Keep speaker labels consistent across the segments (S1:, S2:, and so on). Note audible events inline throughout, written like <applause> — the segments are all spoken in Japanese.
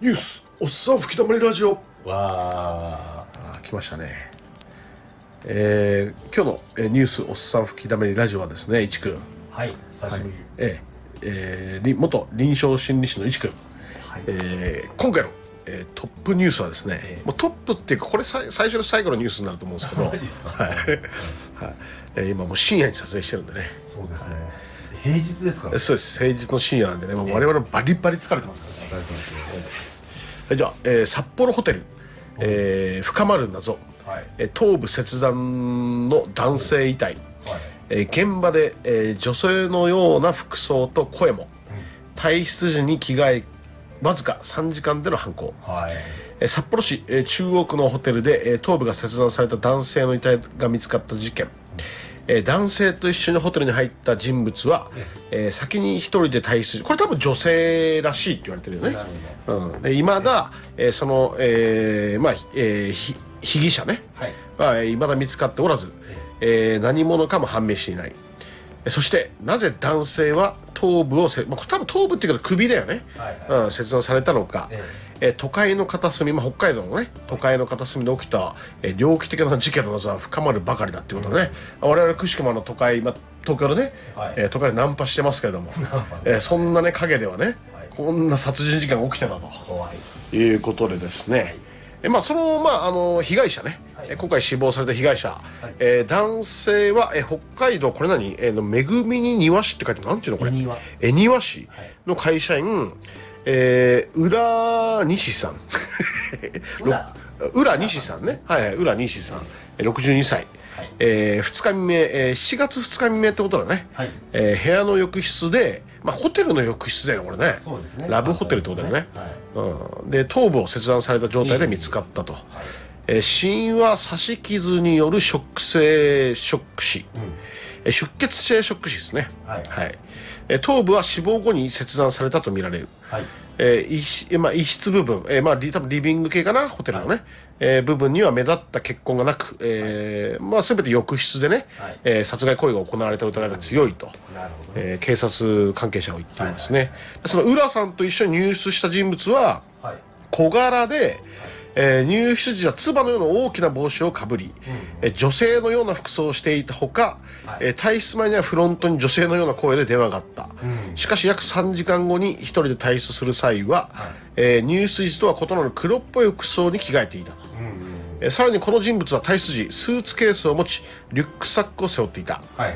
S1: ニュースおっさん吹き溜まりラジオあ
S2: わ
S1: ー来ましたねえー、今日の、えーニュースおっさん吹き溜まりラジオはですねいちくん
S2: ーはい久しぶり、
S1: えーえーり元臨床心理士のいちくん、
S2: はい
S1: えー今回の、えートップニュースはですね、
S2: ええ
S1: もうトップっていうかこれさい最初の最後のニュースになると思うんですけど
S2: マジっすか
S1: はいはいえー今もう深夜に撮影してるんでね
S2: そうですね、平日ですからね
S1: そうです平日の深夜なんでねもう我々もバリバリ疲れてますからねはいじゃあ、えー札幌ホテル、えー深まる謎、
S2: はい
S1: えー頭部切断の男性遺体、えー現場で、えー女性のような服装と声も退出時に着替えわずか3時間での犯行、
S2: はいはい
S1: えー札幌市、えー中央区のホテルで、えー頭部が切断された男性の遺体が見つかった事件、えー男性と一緒にホテルに入った人物は、えー先に一人で退出これ多分女性らしいって言われてるよね
S2: なる
S1: うん、で未だ、えーその、えーまあえーひ被疑者ね、
S2: はい
S1: はえー未だ見つかっておらず、えー何者かも判明していないえーそしてなぜ男性は頭部をせ、まあ、これ多分頭部っていうけど首だよね、
S2: はい
S1: うん、切断されたのか、え
S2: え
S1: ー都会の片隅、まあ、北海道のね都会の片隅で起きた、えー猟奇的な事件の謎は深まるばかりだっていうことね、我々くしくもあの都会、まあ、東京でね、
S2: はい
S1: えー都会でナンパしてますけれ
S2: <laughs>
S1: ども、えーそんなね陰ではね、
S2: はい
S1: こんな殺人事件が起きてたと。
S2: 怖い
S1: いうことでですね、えまあ、その,、まあ、あの被害者ね、
S2: はい
S1: え今回死亡された被害者、えー男性はえ北海道これ何、えーの恵みに庭市って書いてあるなんていうのこれ
S2: 恵庭
S1: 恵庭市
S2: い
S1: の会社員、えー浦西さん
S2: 浦
S1: <laughs> ろ浦西さんねはいはい浦西さんえ62歳、
S2: はい
S1: え2日未明、えー7月2日未明ってことだね、
S2: はい
S1: えー部屋の浴室で、まあ、ホテルの浴室だよねこれね
S2: そうですね
S1: ラブホテルってことだよね、
S2: はい
S1: うん、で頭部を切断された状態で見つかったと、えー死因は刺し傷によるショック性ショック死、えー出血性ショック死ですね、
S2: はい
S1: えー頭部は死亡後に切断されたとみられる、
S2: はい
S1: えー遺しえーまあ、遺室部分、えーまあ、リ多分リビング系かなホテルのね、えー部分には目立った血痕がなく、えーまあ、全て浴室でね、
S2: はい
S1: えー殺害行為が行われた疑いが強いと。
S2: なるほどね
S1: えー警察関係者を言っていますね、その浦さんと一緒に入室した人物は
S2: はい
S1: 小柄で、えー入室時はつばのような大きな帽子をかぶり、えー女性のような服装をしていたほか、
S2: はい
S1: えー退出前にはフロントに女性のような声で電話があった、しかし約3時間後に一人で退出する際は、えー入室時とは異なる黒っぽい服装に着替えていたと、えーさらにこの人物は退出時スーツケースを持ちリュックサックを背負っていた、
S2: はいはい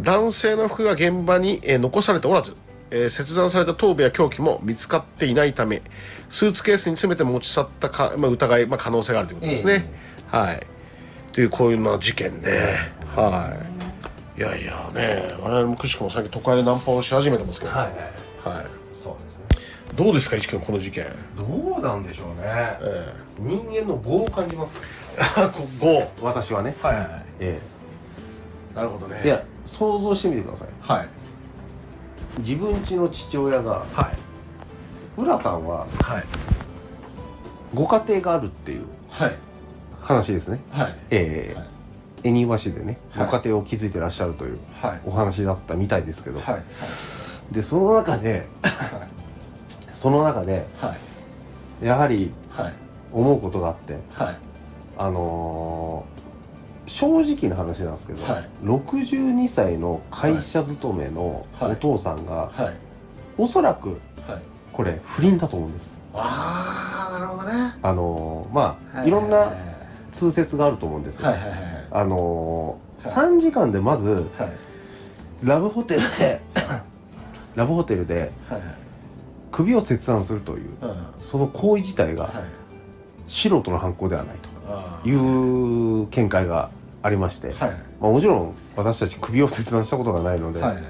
S1: 男性の服が現場に、えー残されておらず、えー切断された頭部や凶器も見つかっていないためスーツケースに詰めて持ち去ったか、まあ、疑い、まあ、可能性があるということですね。はい、というこういうような事件で、はい、いやいやね我々もくしくも最近都会でナンパをし始めてますけど、
S2: は
S1: はい
S2: はいそうですね
S1: い、どうですか一君この事 <laughs> 件。
S2: どうなんでしょうね、人間の業を感じます
S1: あここ
S2: 私はね
S1: はいは
S2: え
S1: いなるほどね
S2: えいや想像してみてください
S1: はい
S2: 自分家の父親が
S1: はい
S2: 浦さんは
S1: はい
S2: ご家庭があるっていう
S1: はい
S2: 話ですね
S1: はい
S2: え
S1: はい
S2: え恵庭市でね
S1: は
S2: ご
S1: い
S2: 家庭を築いてらっしゃるという
S1: はい
S2: お話だったみたいですけど、
S1: はい
S2: でその中でその中で
S1: はい
S2: やはり
S1: はい
S2: 思うことがあって
S1: はい
S2: あのー正直な話なんですけど、
S1: はい
S2: 62歳の会社勤めの
S1: はい
S2: お父さんが、
S1: はい
S2: おそらく
S1: はい
S2: これ不倫だと思うんです
S1: ああなるほどね
S2: あのーまあ、、
S1: はい
S2: ろん
S1: は
S2: な通説があると思うんです
S1: い
S2: よ、
S1: はいはいはい
S2: あのー
S1: は
S2: 3時間でまず
S1: はい
S2: ラブホテルでラブホテルで
S1: はい
S2: 首を切断するという
S1: うんはい
S2: その行為自体が素人の犯行ではない
S1: あ
S2: という見解がありまして、
S1: ーはい
S2: まあ、もちろん私たち首を切断したことがないので、
S1: はい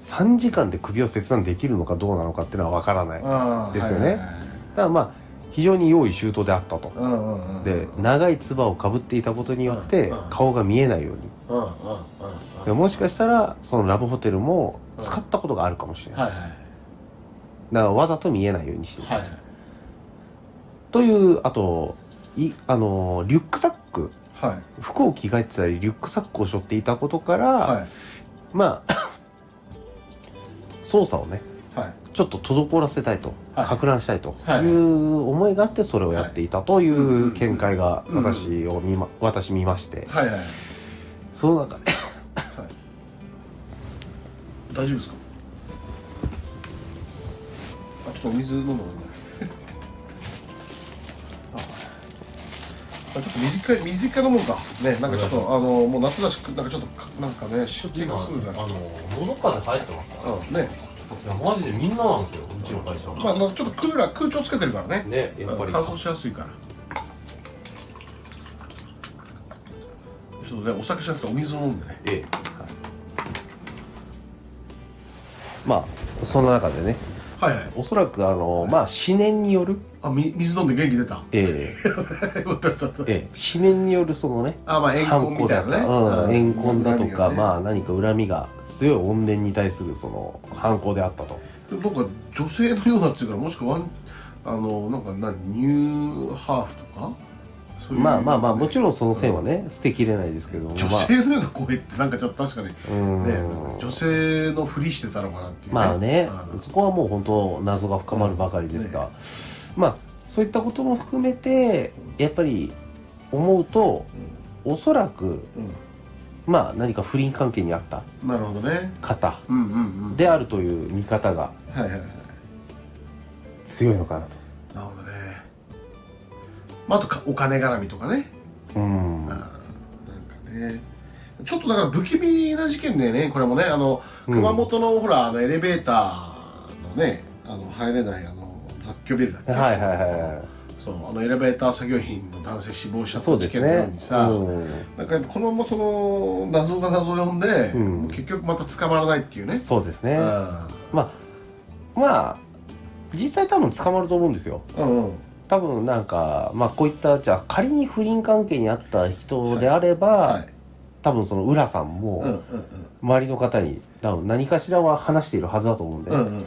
S2: 3時間で首を切断できるのかどうなのかっていうのは分からない、だか
S1: あー
S2: ですよね
S1: はいはいはい
S2: らまあ非常に用意周到であったと、
S1: うんうんうんうん
S2: で長い唾をかぶっていたことによって
S1: うん
S2: 顔が見えないように
S1: うんうんうんうん
S2: でもしかしたらそのラブホテルも使ったことがあるかもしれない
S1: はいはい
S2: だからわざと見えないようにしていた、
S1: はい
S2: というあといあのーリュックサック
S1: はい
S2: 服を着替えてたりリュックサックを背負っていたことから、
S1: はい
S2: まあ捜査をね
S1: はい
S2: ちょっと滞らせたいと、
S1: はい
S2: かく乱したいと
S1: はい
S2: いう思いがあってそれをやっていたとい
S1: はいう
S2: 見解が
S1: うんうんうん
S2: 私を見ま、私見まして
S1: はいはいはい
S2: その中で
S1: 大丈夫ですかあちょっとお水飲んだ方がいいね <laughs> あ <laughs> あちょっと水一回水一回飲もうかね <laughs> なんかちょっとあのもう夏だしなんかちょっとかなんかね出費がするじゃない
S3: あのもどかで入ってますか
S1: うん
S3: ら
S1: ね
S3: いやマジでみんななんですようちの会社
S1: まあなんかちょっとクーラー空調つけてるからね
S3: ねやっぱり
S1: 乾燥しやすいからちょっとねお酒じゃなくてお水を飲んでね
S3: え
S2: まあそんな中でね
S1: はいはい
S2: おそらくあの、まあ思念による、
S1: あみ水飲んで元気出た <laughs>
S2: ええ
S1: よかったよかった <laughs>
S2: ええ思念によるそのね
S1: あまあ怨
S2: 反
S1: 恨
S2: 抗
S1: みた
S2: だ
S1: い
S2: と
S1: なね
S2: か、うん、怨恨だとか、
S1: あ
S2: まあ何か恨みが強い怨念に対するその反抗であったと
S1: でもなんか女性のようなっていうからもしくはワンあのなんか何ニューハーフとかそういう
S2: まあまあまあもち
S1: ん
S2: ろんその線はね、捨てきれないですけども
S1: 女性のような声ってなんかちょっと確かにね
S2: まあ、うん
S1: なんか女性のふりしてたのかなっていう
S2: まあね
S1: うん
S2: そこはもう本当謎が深まるばかりですが、
S1: う
S2: まあそういったことも含めてやっぱり思うとおそらく
S1: うん
S2: まあ何か不倫関係にあった
S1: うんなるほどね
S2: 方
S1: うんうんうん
S2: であるという見方が
S1: はいはいはい
S2: 強いのかなと。
S1: なるほどねまああとかお金絡みとかね
S2: うん
S1: あーなんかねちょっとだから不気味な事件でねこれもねあの
S2: うん
S1: 熊本のほら、あのエレベーターのねあの入れないあの雑居ビルだっけ、
S2: はいはいはいは
S1: そうあのエレベーター作業員の男性死亡しちゃ
S2: い
S1: っ
S2: そ
S1: た
S2: うで
S1: 事
S2: す
S1: 件のよ
S2: ね
S1: うにさ、
S2: うん
S1: なんかやっぱこのままその謎が謎を呼んで、
S2: うん
S1: もう結局また捕まらないっていうね、
S2: そうですね
S1: あ
S2: まあまあ実際多分捕まると思うんですよ
S1: ーうんうん
S2: 多分なんかまあこういったじゃあ仮に不倫関係にあった人であれば、
S1: はい
S2: 多分その浦さん
S1: うんうん
S2: も周りの方に多分何かしらは話しているはずだと思うんで、
S1: うんうんうん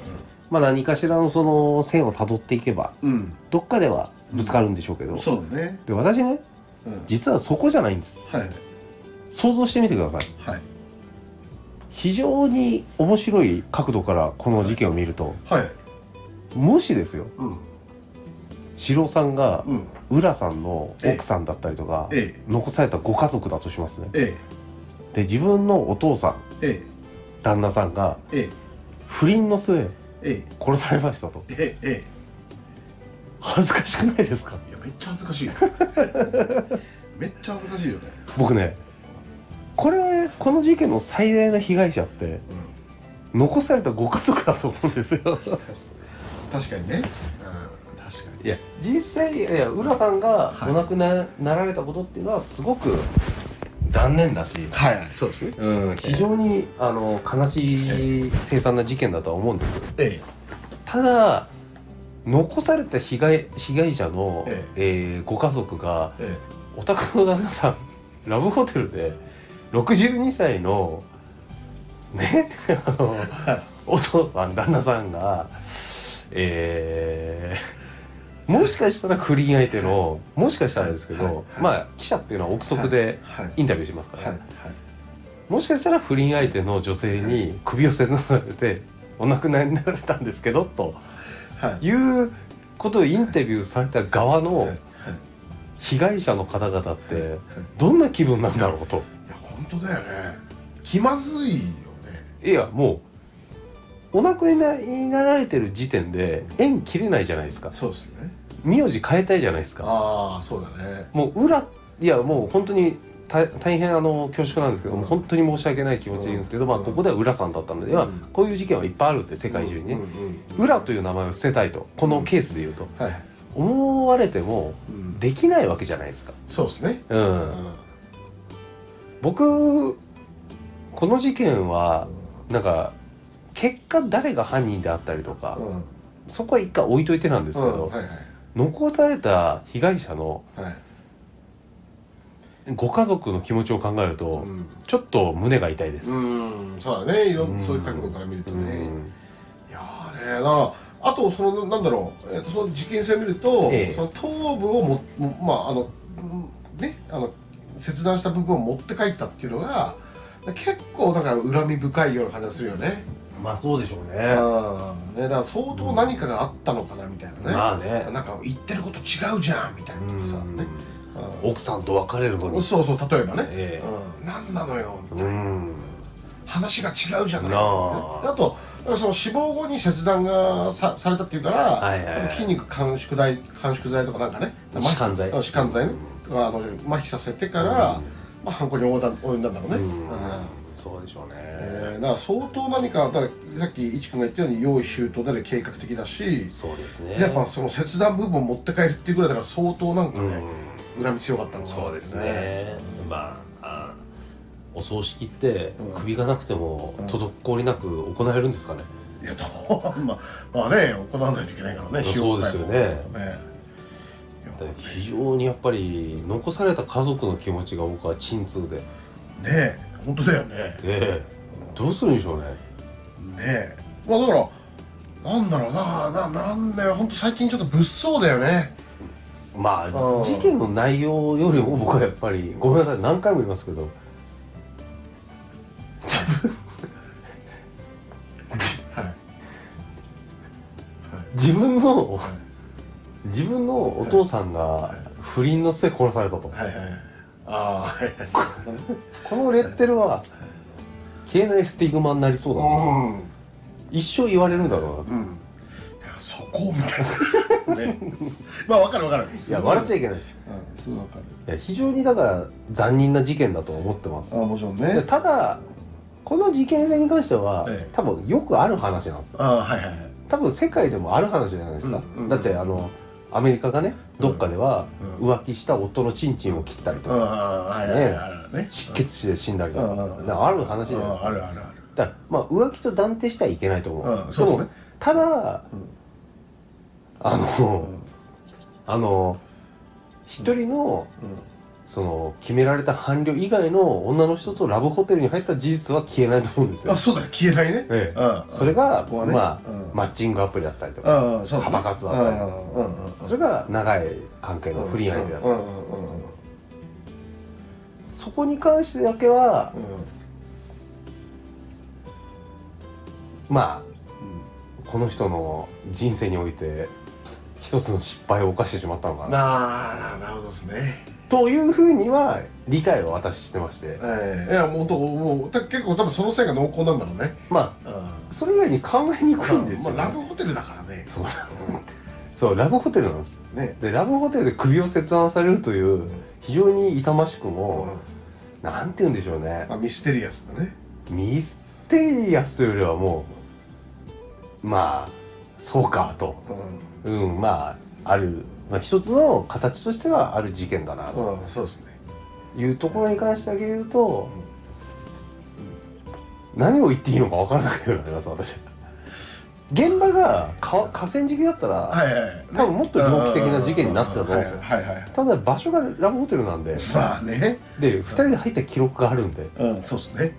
S2: まあ何かしらのその線をたどっていけば
S1: うん
S2: どっかではぶつかるんでしょうけど、
S1: うんそうだね
S2: で私ね
S1: うん
S2: 実はそこじゃないんです
S1: はい
S2: 想像してみてください
S1: はい
S2: 非常に面白い角度からこの事件を見ると
S1: はい
S2: もしですよ
S1: うん
S2: 四郎さんが
S1: うん
S2: 浦さんの奥さんだったりとか
S1: え
S2: 残されたご家族だとしますね
S1: ええ
S2: で自分のお父さん
S1: ええ
S2: 旦那さんが
S1: ええ
S2: 不倫の末
S1: ええ
S2: 殺されましたと
S1: ええ
S2: 恥ずかしくないですか
S1: いやめっちゃ恥ずかしいよ <laughs> めっちゃ恥ずかしいよね、
S2: 僕ねこれこの事件の最大の被害者って残されたご家族だと思うんですよ
S1: 確かにね、うん、確か
S2: <laughs> いや実際いや浦さんが
S1: い
S2: お亡くな,、なられたことっていうのはすごく残念だし、
S1: にはい、はい、そうですね
S2: うん、非常にあの悲しい凄惨な事件だとは思うんですよ
S1: え
S2: ただ残された被害被害者の、
S1: え
S2: えーご家族が
S1: ええ
S2: お宅の旦那さん <laughs> ラブホテルで62歳のねあのお父さん旦那さんがえーもしかしたら不倫相手のもしかしたらですけど、
S1: はいはい
S2: まあ記者っていうのは憶測で
S1: はい
S2: インタビューしますから、
S1: はいはい
S2: もしかしたら不倫相手の女性に首を切断されてお亡くなりになられたんですけどと
S1: はい
S2: いうことをインタビューされた
S1: は
S2: 側
S1: いは
S2: の
S1: い
S2: 被害者の方々っ
S1: はい
S2: てどんな気分なんだろうと。
S1: いや本当だよね気まずいよね
S2: <laughs> いやもうお亡くなりになられてる時点で縁切れないじゃないですか
S1: そうですね
S2: 名字変えたいじゃないですか
S1: ああそうだね
S2: もう裏いやもう本当に大大変あの恐縮なんですけども本当に申し訳ない気持ちで言うんですけど、まあ、ここでは浦さんだったので、まあ
S1: うん
S2: こういう事件はいっぱいあるんで世界中にね、
S1: うんうんうん
S2: 裏という名前を捨てたいとこのケースで言うと
S1: はい、
S2: 思われても
S1: うん、
S2: できないわけじゃないですか、
S1: そうですね
S2: う、
S1: うん
S2: 僕この事件はなんか結果誰が犯人であったりとか、
S1: うんうん
S2: そこは一回置いといてなんですけど、
S1: はいはい
S2: 残された被害者の
S1: はい
S2: ご家族の気持ちを考えると、
S1: うん
S2: ちょっと胸が痛いです。
S1: うんそうだねいろん
S2: うん
S1: そういう角度から見ると
S2: う
S1: ね、
S2: ん
S1: いやーねだからあとそのなんだろう、えっとその事件性を見ると、
S2: ええ
S1: その頭部をももまああのうんねあの切断した部分を持って帰ったっていうのが結構だから恨み深いような感じがするよね。
S2: まあそうでしょうね、
S1: うんね、だから相当何かがあったのかなみたいなね、
S2: まあね
S1: なんか言ってること違うじゃんみたいなとかさ、
S2: うん
S1: ね
S2: 奥さんと別れるの
S1: うん
S2: に
S1: そうそう例えばね、
S2: え
S1: うん、何なのよ
S2: えうん
S1: 話が違うじゃない
S2: なあ
S1: であとだからその死亡後に切断がさされたっていうから、
S2: はいはいはい
S1: 筋肉緊縮剤緊縮剤とかなんかね
S2: 弛緩剤
S1: 麻痺弛緩剤ね、とかあの麻痺させてから、
S2: うん
S1: まあ、犯行に及んだ及んだんだろうね、
S2: うん
S1: うん
S2: そうでしょうね、
S1: えーだから相当何かだからさっき一君が言ったように用意周到で計画的だし、
S2: そうですね
S1: やっぱその切断部分を持って帰るっていうぐらいだから相当なんか
S2: うん
S1: ね、恨み強かったのかな
S2: そうですねまああお葬式って首がなくても滞りなく行えるんですかね、
S1: いやどうまあまあね行わないといけないからね
S2: まあそうですよね
S1: 費用対応ねい
S2: だ
S1: や
S2: から非常にやっぱり残された家族の気持ちが僕は鎮痛で、ね
S1: ねえ本当だよね
S2: えどうするんでしょうね
S1: ねえまあだからなんだろうなななんだよ本当最近ちょっと物騒だよね
S2: まあ
S1: うん
S2: 事件の内容よりも僕はやっぱりごめんなさい何回も言いますけど
S1: はい
S2: 自分の自分のお父さんが不倫の末殺されたと
S1: はいはいあ
S2: このレッテルは経内スティグマになり <laughs> そうだな
S1: あうん
S2: 一生言われるんだろうなって
S1: うんいやそこみたいなね <laughs> まあわかるわかる
S2: いや笑っちゃ
S1: ゃい
S2: いけないです
S1: うんすぐわかる
S2: いや非常にだから残忍な事件だと思ってます
S1: あもちろん
S2: で
S1: ね
S2: ただこの事件に関しては、
S1: ええ
S2: 多分よくある話なんですよ
S1: ああはいはいはい
S2: 多分世界でもある話じゃないですか、
S1: うんうん
S2: だってあのアメリカがねどっかでは
S1: うん
S2: 浮気した夫のチンチンを切ったりと
S1: あ
S2: か、
S1: あはいはいはいね
S2: 失血死で死んだりとか,、
S1: うん
S2: ある話じゃないです
S1: あ
S2: か
S1: あるあるある
S2: だからまあ浮気と断定してはいけないと思う、
S1: うんそうですね
S2: もただ、
S1: うん
S2: あの、
S1: うん
S2: あの一人の
S1: うん
S2: その決められた伴侶以外の女の人とラブホテルに入った事実は消えないと思うんですよ
S1: あ、そうだよ消えないね、
S2: ええ
S1: うん
S2: それが
S1: こはね
S2: まあ、
S1: うん
S2: マッチングアプリだったりとか、
S1: ああそうだね
S2: パパ活だったり
S1: うんうんうんうん
S2: それが長い関係の不倫相手だったり、
S1: うんうんうんうん
S2: そこに関してだけはまあこの人の人生において一つの失敗を犯してしまったのか
S1: うん
S2: な
S1: なあなるほどですね
S2: というふうには理解を私してまして
S1: ええいやもうともうた結構多分その線が濃厚なんだろうね
S2: ま
S1: うん
S2: あそれ以外に考えにくいんですよ、
S1: まあラブホテルだからね
S2: そうそうラブホテルなんです
S1: ね
S2: でラブホテルで首を切断されるという非常に痛ましく
S1: うん
S2: も、なんて言うんでしょうね
S1: まあ、ミステリアスだね
S2: ミステリアスというよりはもうまあそうかと
S1: うん
S2: うんまあある、まあ、一つの形としてはある事件だなと
S1: うん、そうですね。
S2: いうところに関してだけ言うと、何を言っていいのか分からなくなります私現場がか河川敷だったら、
S1: はいはい。
S2: 多分もっと猟奇的な事件になってたと思うんですよ
S1: はいはいはい。
S2: ただ場所がラブホテルなんで
S1: まあね。
S2: で2人で入った記録があるんで
S1: うん、そうですね。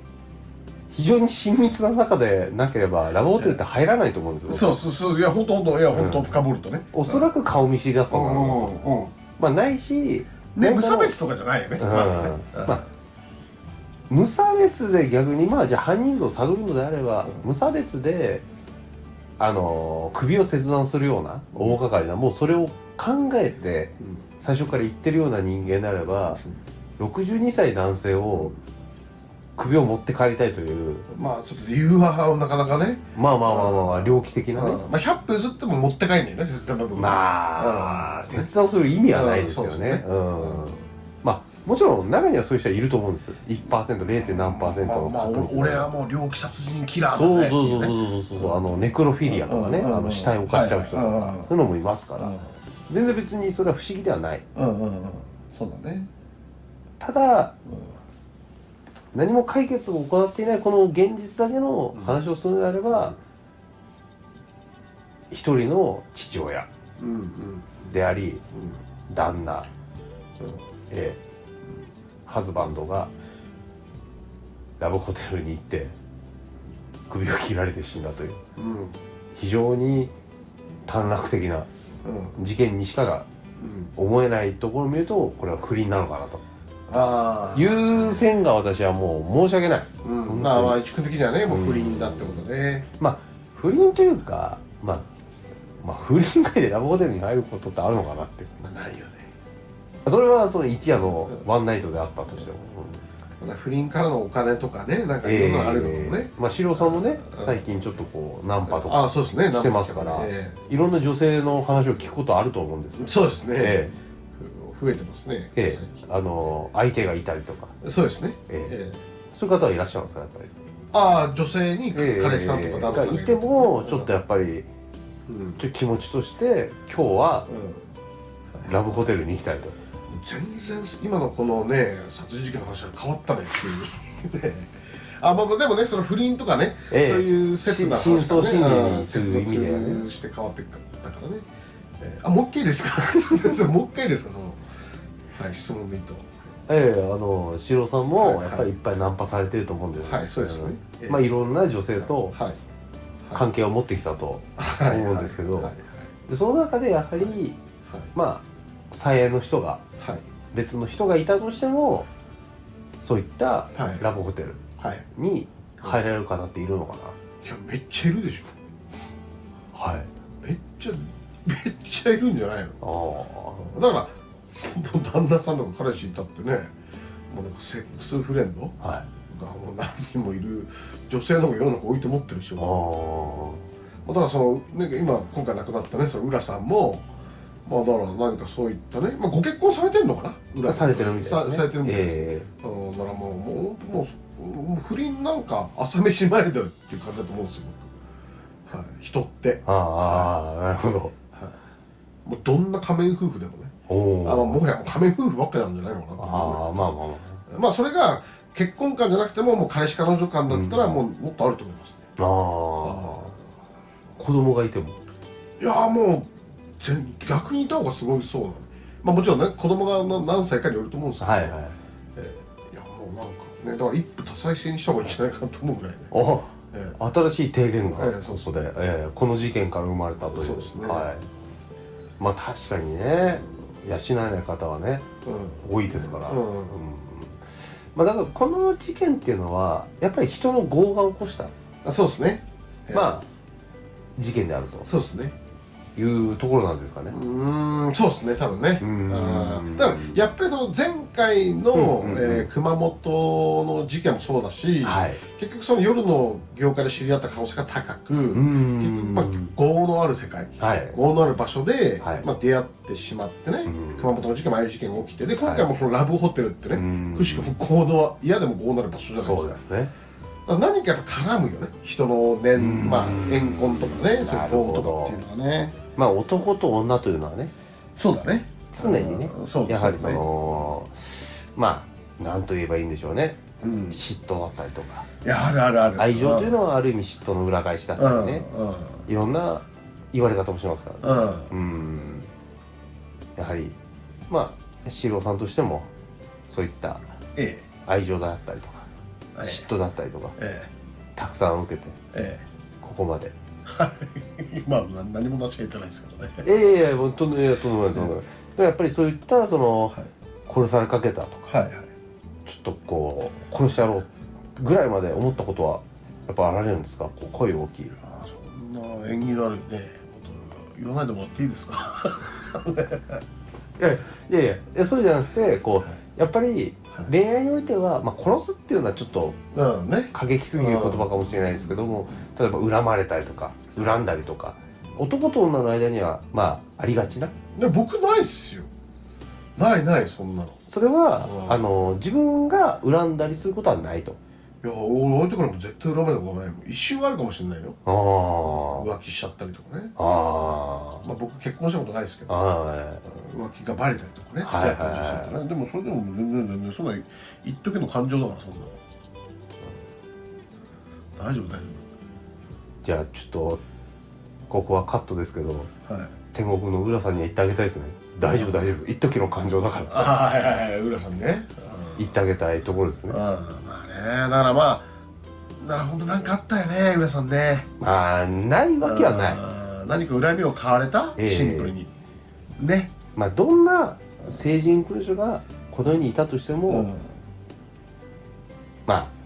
S2: 非常に親密な中でなければラブホテルって入らないと思うんですよ
S1: そうそうそう。いや、本当本当いや、本当深掘るとね。
S2: おそらく顔見知りだった
S1: うん
S2: だろうなと、
S1: んうん。
S2: まあないし
S1: ね、無
S2: 本当
S1: 差
S2: の
S1: 別とかじゃないよね。
S2: うん
S1: まずね。うん
S2: まあ無差別で逆にまあじゃあ犯人像を探るのであれば、無差別であのー首を切断するような大掛かりなもうそれを考えて最初から言ってるような人間であれば、62歳男性を首を持って帰りたいという
S1: まあ、ちょっと理由はなかなかね。
S2: まあまあまあまあまあ猟奇的
S1: うん
S2: な
S1: ま
S2: ね、
S1: あ、100歩譲っても持って帰んねよね、切断部分。
S2: まあ、
S1: うん
S2: 切断する意味はないですよ
S1: うんそう
S2: ね
S1: ですね
S2: うんまあもちろん中にはそういう人はいると思うんです1%、0. 何パーセント
S1: まあ
S2: の
S1: まあ、
S2: 確率
S1: お俺はもう猟奇殺人キラー
S2: そう
S1: だ
S2: そう
S1: ぜ。
S2: そう
S1: っていね
S2: そうそうそうあのネクロフィリアとかね、
S1: うんうんうん
S2: あの死体を犯しちゃう人とか、
S1: はいはいうんうん
S2: そういうのもいますから、全然別にそれは不思議ではない
S1: うんうんうん。そうだね。
S2: ただ
S1: うん
S2: 何も解決を行っていないこの現実だけの話をするのであれば、一人の父親
S1: うんうん
S2: であり
S1: うん。
S2: 旦那、
S1: うん
S2: ええハズバンドがラブホテルに行って首を切られて死んだという
S1: うん
S2: 非常に短絡的な
S1: うん
S2: 事件にしかが
S1: うん
S2: 思えないところを見るとこれは不倫なのかなと
S1: ああ
S2: 優先が私はもう申し訳ない
S1: うん、まあまあ一君的にはねもう不倫だってことね、
S2: まあ不倫というか、まあ、まあ不倫以外でラブホテルに入ることってあるのかなって
S1: まあないよね
S2: それはその一夜のワンナイトであったとしても、
S1: まあ不倫からのお金とかねなんか
S2: え
S1: いろん
S2: え
S1: なのあるのもね、
S2: まあ四郎さんもね
S1: うん
S2: 最近ちょっとこうナンパと
S1: あ
S2: か
S1: あそうですね
S2: してますから
S1: ええ
S2: いろんな女性の話を聞くことあると思うんですよ
S1: そうですね、
S2: え
S1: 増えてますね、
S2: ええ
S1: 最
S2: えあの相手がいたりとか
S1: 近そうですね、
S2: ええ
S1: ええ
S2: そういう方はいらっしゃるんですかやっぱり
S1: ああ女性に
S2: ええ
S1: 彼氏さんとか旦那さん
S2: がいてもちょっとやっぱり
S1: うん、うん
S2: ちょっと気持ちとして今日はラブホテルに行きたいと
S1: 全然今のこのね殺人事件の話は変わったねっていう <laughs> ねあまあまあでもねその不倫とかね、
S2: ええ
S1: そういう切な話
S2: し真相心理にする
S1: 接
S2: 意味でね
S1: 続して変わってくだからね、ええあもう一回いいですか <laughs> 先生もう一回いいですかその、はい、質問でいいと
S2: ええあの四郎さんもやっぱ
S1: はい
S2: りいっぱいナンパされてると思うんですよ
S1: はいそうですねええ
S2: まあいろんな女性と
S1: はい
S2: 関係を持ってきたと
S1: はい
S2: 思うんですけど
S1: はいはい
S2: でその中でやはりまあ最愛の人が
S1: はいはい
S2: 別の人がいたとしてもそういった
S1: はい
S2: ラブホテル
S1: はい
S2: に入られる方っているのか
S1: いやめっちゃいるでしょ
S2: なはい
S1: めっちゃ <laughs> めっちゃいるんじゃないの
S2: ああ
S1: だからもう旦那さんとか彼氏いたってねもうなんかセックスフレンド
S2: はい
S1: がもう何人もいる女性の方が世の中置いて持ってるし
S2: あ
S1: ま
S2: あ
S1: あだからその、ね、今今回亡くなったねその浦さんもまあだから何かそういったね、まあ、ご結婚されてるのかな浦
S2: されてるみたいです
S1: さ
S2: ね
S1: されてるみたいです、
S2: え
S1: うんだからもうもうもうもう不倫なんか朝飯前だよっていう感じだと思うんですよ僕、はい、人って、
S2: えああなるほど
S1: はい、もうどんな仮面夫婦でもね
S2: お
S1: あまあ
S2: お
S1: もはや仮面夫婦ばっかりなんじゃないのかなと思う
S2: ああまあまあま
S1: まあそれが結婚観じゃなくてももう彼氏彼女観だったら
S2: うん
S1: もうもっとあると思いますね、
S2: あああ子供がいても
S1: いやーもう全逆にいた方がすごいそうなのまあもちろんね子供がな何歳かによると思うんですけど、
S2: はいはい
S1: いやもうなんかねだから一夫多妻制にした方がいいんじゃないかなと思うぐらいね、
S2: お
S1: え
S2: 新しい提言が
S1: ええそう
S2: ここで、ええこの事件から生まれたという
S1: そうですね
S2: はい、まあ確かにね養えない方はね
S1: え
S2: 多いですから、
S1: うんうん
S2: うんまあ、だからこの事件っていうのはやっぱり人の業が起こした、
S1: あそうですねええ
S2: まあ事件である
S1: そうですね
S2: というところなんですかね
S1: う。ーんそうですね多分ね
S2: うーん
S1: あーだからやっぱりその前回の、
S2: うんうんうん
S1: えー熊本の事件もそうだし、
S2: はい、
S1: 結局その夜の業界で知り合った可能性が高く、
S2: うー
S1: 結局
S2: ん
S1: まあ、業のある世界
S2: はい
S1: 業のある場所で、
S2: はい
S1: まあ、出会ってしまってね、
S2: うん
S1: 熊本の事件もああいう事件が起きてで今回もこのラブホテルってね、
S2: うん
S1: くしくも業の嫌でも業のある場所じゃないで
S2: そ
S1: す
S2: う
S1: か
S2: で。すね。
S1: だから何かやっぱ絡むよね人の年、
S2: うん
S1: まあ怨恨とかねそうい
S2: な
S1: う
S2: る
S1: こ
S2: ほど
S1: とかっていうのはね
S2: まあ男と女というのはね
S1: そうだね
S2: 常にね
S1: うんそうで
S2: や
S1: す
S2: はりそのまあなんと言えばいいんでしょうね
S1: うん
S2: 嫉妬だったりとか
S1: いやあるあるある
S2: 愛情というのはある意味嫉妬の裏返しだっ
S1: う
S2: た
S1: ん
S2: りね
S1: うん
S2: いろんな言われ方もしますからね
S1: うん
S2: うんやはりまあ四郎さんとしてもそういった
S1: え
S2: 愛情だったりとか
S1: えはい
S2: 嫉妬だったりとか
S1: え
S2: たくさん受けて
S1: え
S2: ここまで
S1: ええ <laughs> まあな何もなしがいてないですからね
S2: いやいやいやもうとんでもないとんでもないとんでもないでもやっぱりそういったその
S1: はい
S2: 殺されかけたとか
S1: はいはい
S2: ちょっとこう殺してやろうぐらいまで思ったことはやっぱあられるんですかこう声大きい
S1: あーそんな縁起のあるねこと言わないでもらっていいですか
S2: いやいやいやえそうじゃなくてこうやっぱり恋愛においては、まあ、殺すっていうのはちょっと
S1: うんね
S2: 過激すぎる言葉かもしれないですけども例えば恨まれたりとか恨んだりとか男と女の間にはまあありがちな
S1: で僕ないっすよないないそんなの
S2: それは
S1: うん
S2: あの自分が恨んだりすることはないと
S1: いや俺相手からも絶対恨まれたことないもん一瞬あるかもしれないよ
S2: あ
S1: 浮気しちゃったりとかね、
S2: ああ
S1: まあ、僕結婚したことないですけ
S2: あ
S1: ど
S2: あ
S1: 浮気がバレたりとかね
S2: はい
S1: 付き合った女性とね、でもそれでも全然全然そんな一時の感情だからそんなの、大丈夫大丈
S2: じゃあちょっとここはカットですけど
S1: 夫はい
S2: 天国の浦さんには言ってあげたいですね大丈夫大丈夫一時の感情だから
S1: あーはいはいはい浦さんね
S2: 言ってあげたいところです
S1: うん
S2: ね
S1: まあねだからまあだから本当なんかあったよね浦さんね
S2: まあないわけはない
S1: い何か恨みを買われた、
S2: ええ
S1: シンプルにね
S2: まあどんな成人君主がこの世にいたとしても、
S4: うん
S2: まあ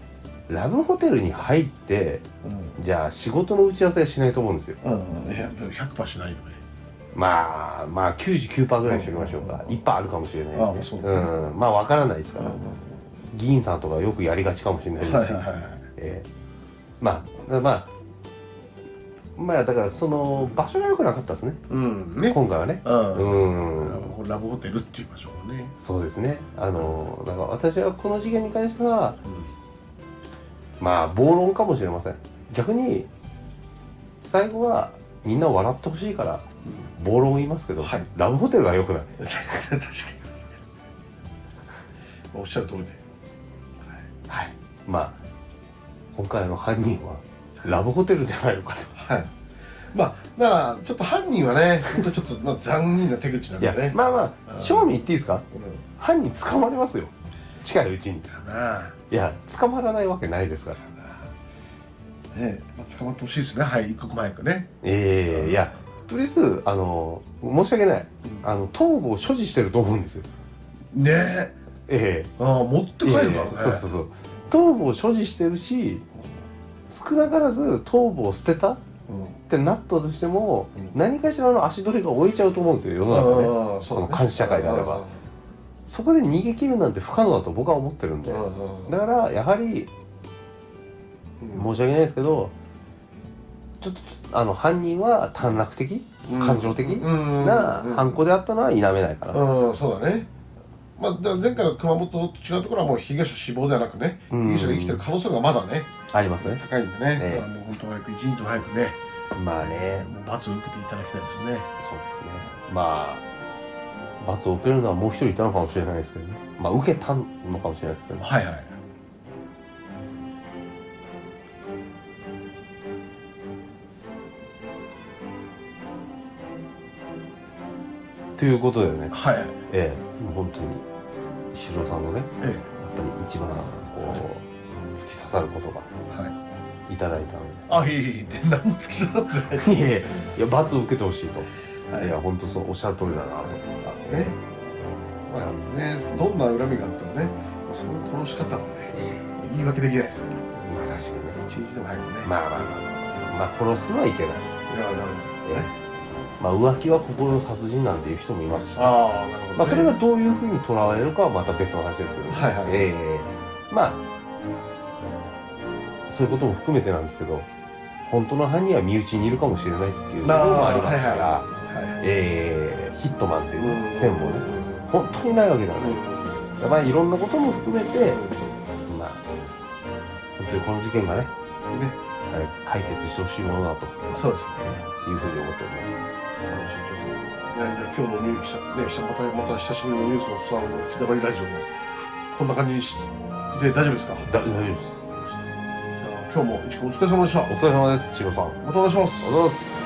S2: ラブホテルに入って
S4: うん
S2: じゃあ仕事の打ち合わせはしないと思うんですよ
S4: うん
S1: いや100%しないよね
S2: まあまあ99%ぐらいにしておきましょうか、
S4: うん
S2: 1%あるかもしれない
S4: ああもうそう
S2: うん、まあわからないですから、
S4: う
S2: 議員さんとかよくやりがちかもしれないです
S4: ん
S2: し、
S4: はいはいはい
S2: ええまあまあまあだからその場所が良くなかったですね
S1: うんね
S2: 今回はね
S1: うん
S2: うん
S1: ラブホテルっていう場所もね、
S2: そうですねあのだから私はこの事件に関しては
S1: う
S2: まあ暴論かもしれません逆に最後はみんな笑ってほしいから暴論を言いますけど、
S1: はい
S2: ラブホテルが良くない
S1: ん、 <laughs> 確かにおっしゃる通りで、
S2: はいまあ今回の犯人はラブホテルじゃないのかと
S1: はい、まあだからちょっと犯人はね本当ちょっと、まあ、残忍な手口なん
S2: い
S1: だ
S2: や、
S1: ね
S2: まあま
S1: う
S2: あ
S1: ん
S2: 正味言っていいですか
S1: うん
S2: 犯人捕まりますよ近いうちに
S1: かない
S2: や捕まらないわけないですから
S1: ねまあ、捕まってほしいですねはい一刻も早くね
S2: ええいやとりあえずあの申し訳ない
S1: うん
S2: あの頭部を所持してると思うんですよ
S1: ね
S2: え
S1: ああ持って帰
S2: え
S1: るからね、
S2: ええそうそうそう頭部を所持してるし少なからず頭部を捨てたっ
S1: うん、
S2: てなったとしても、
S1: うん
S2: 何かしらの足取りが置いちゃうと思うんですよ世の中ね
S1: ああ
S2: その監視社会であればそこで逃げ切るなんて不可能だと僕は思ってるんで
S1: うんうん
S2: だからやはり申し訳ないですけどちょっとあの犯人は短絡的感情的な犯行であったのは否めないかな、
S1: うん、うん、そうだねまあ、だから前回の熊本と違うところはもう被害者死亡ではなくね、
S2: うん
S1: 被害者が生きてる可能性がまだね、
S2: ありますね
S1: 高いんでね、
S2: ええ
S1: だからもう本当早く、一日も早くね、
S2: まあね
S1: もう罰を受けていただきたいですね。
S2: そうですねまあ罰を受けるのはもう一人いたのかもしれないですけどねまあ受けたのかもしれないですけどね
S1: はいはい。
S2: ということでね
S1: はいはい。
S2: ええもう本当に石黒さんのねやっ
S1: え
S2: ぱり一番こう、
S1: はい
S2: 突き刺さる言葉
S1: え。はい。
S2: いただいたの
S1: あ、
S2: で
S1: いえいえいえ、で、何も突き刺さってない。
S2: <laughs> いやいやいや罰を受けてほしいと、
S1: はい
S2: い、や本当そうおっしゃる通りだなと、
S1: ね。まあね、どんな恨みがあってもね、まあその殺し方もね、言い訳できないですよ。
S2: まあ確かにね
S1: 一日でも早くね。
S2: まあまあまあまあ殺すのはいけない、
S1: いや、なるほどね。
S2: まあ、浮気は心の殺人なんていう人もいますし、
S1: ああ、なるほど、ね。
S2: まあ、それがどういうふうにとらわれるかはまた別の話ですけど、ね
S1: はいはい
S2: ええまあそういうことも含めてなんですけど本当の犯人は身内にいるかもしれないっていうところもありますから、
S1: はいはい。
S2: ええヒットマンっていう線もね
S1: ね。
S2: 本当にないわけでは
S1: う
S2: なんい、まあいろんなことも含めてまあ、本当にこの事件がね、
S1: ね、
S2: えー解決してほしいものだと
S1: そうですね。
S2: いうふうに思っており
S1: いや
S2: ま
S1: いや今日のニュース、ね、久またまた久しぶりのニュースのさ、あの、ひだばりラジオも、こんな感じにしで大丈夫ですか
S2: す。だ大丈夫です。
S1: じゃあ今日も一日お疲れ様でした。
S2: お疲れ様です、千尋さん。あり
S1: またお願いします。
S2: がとうございます。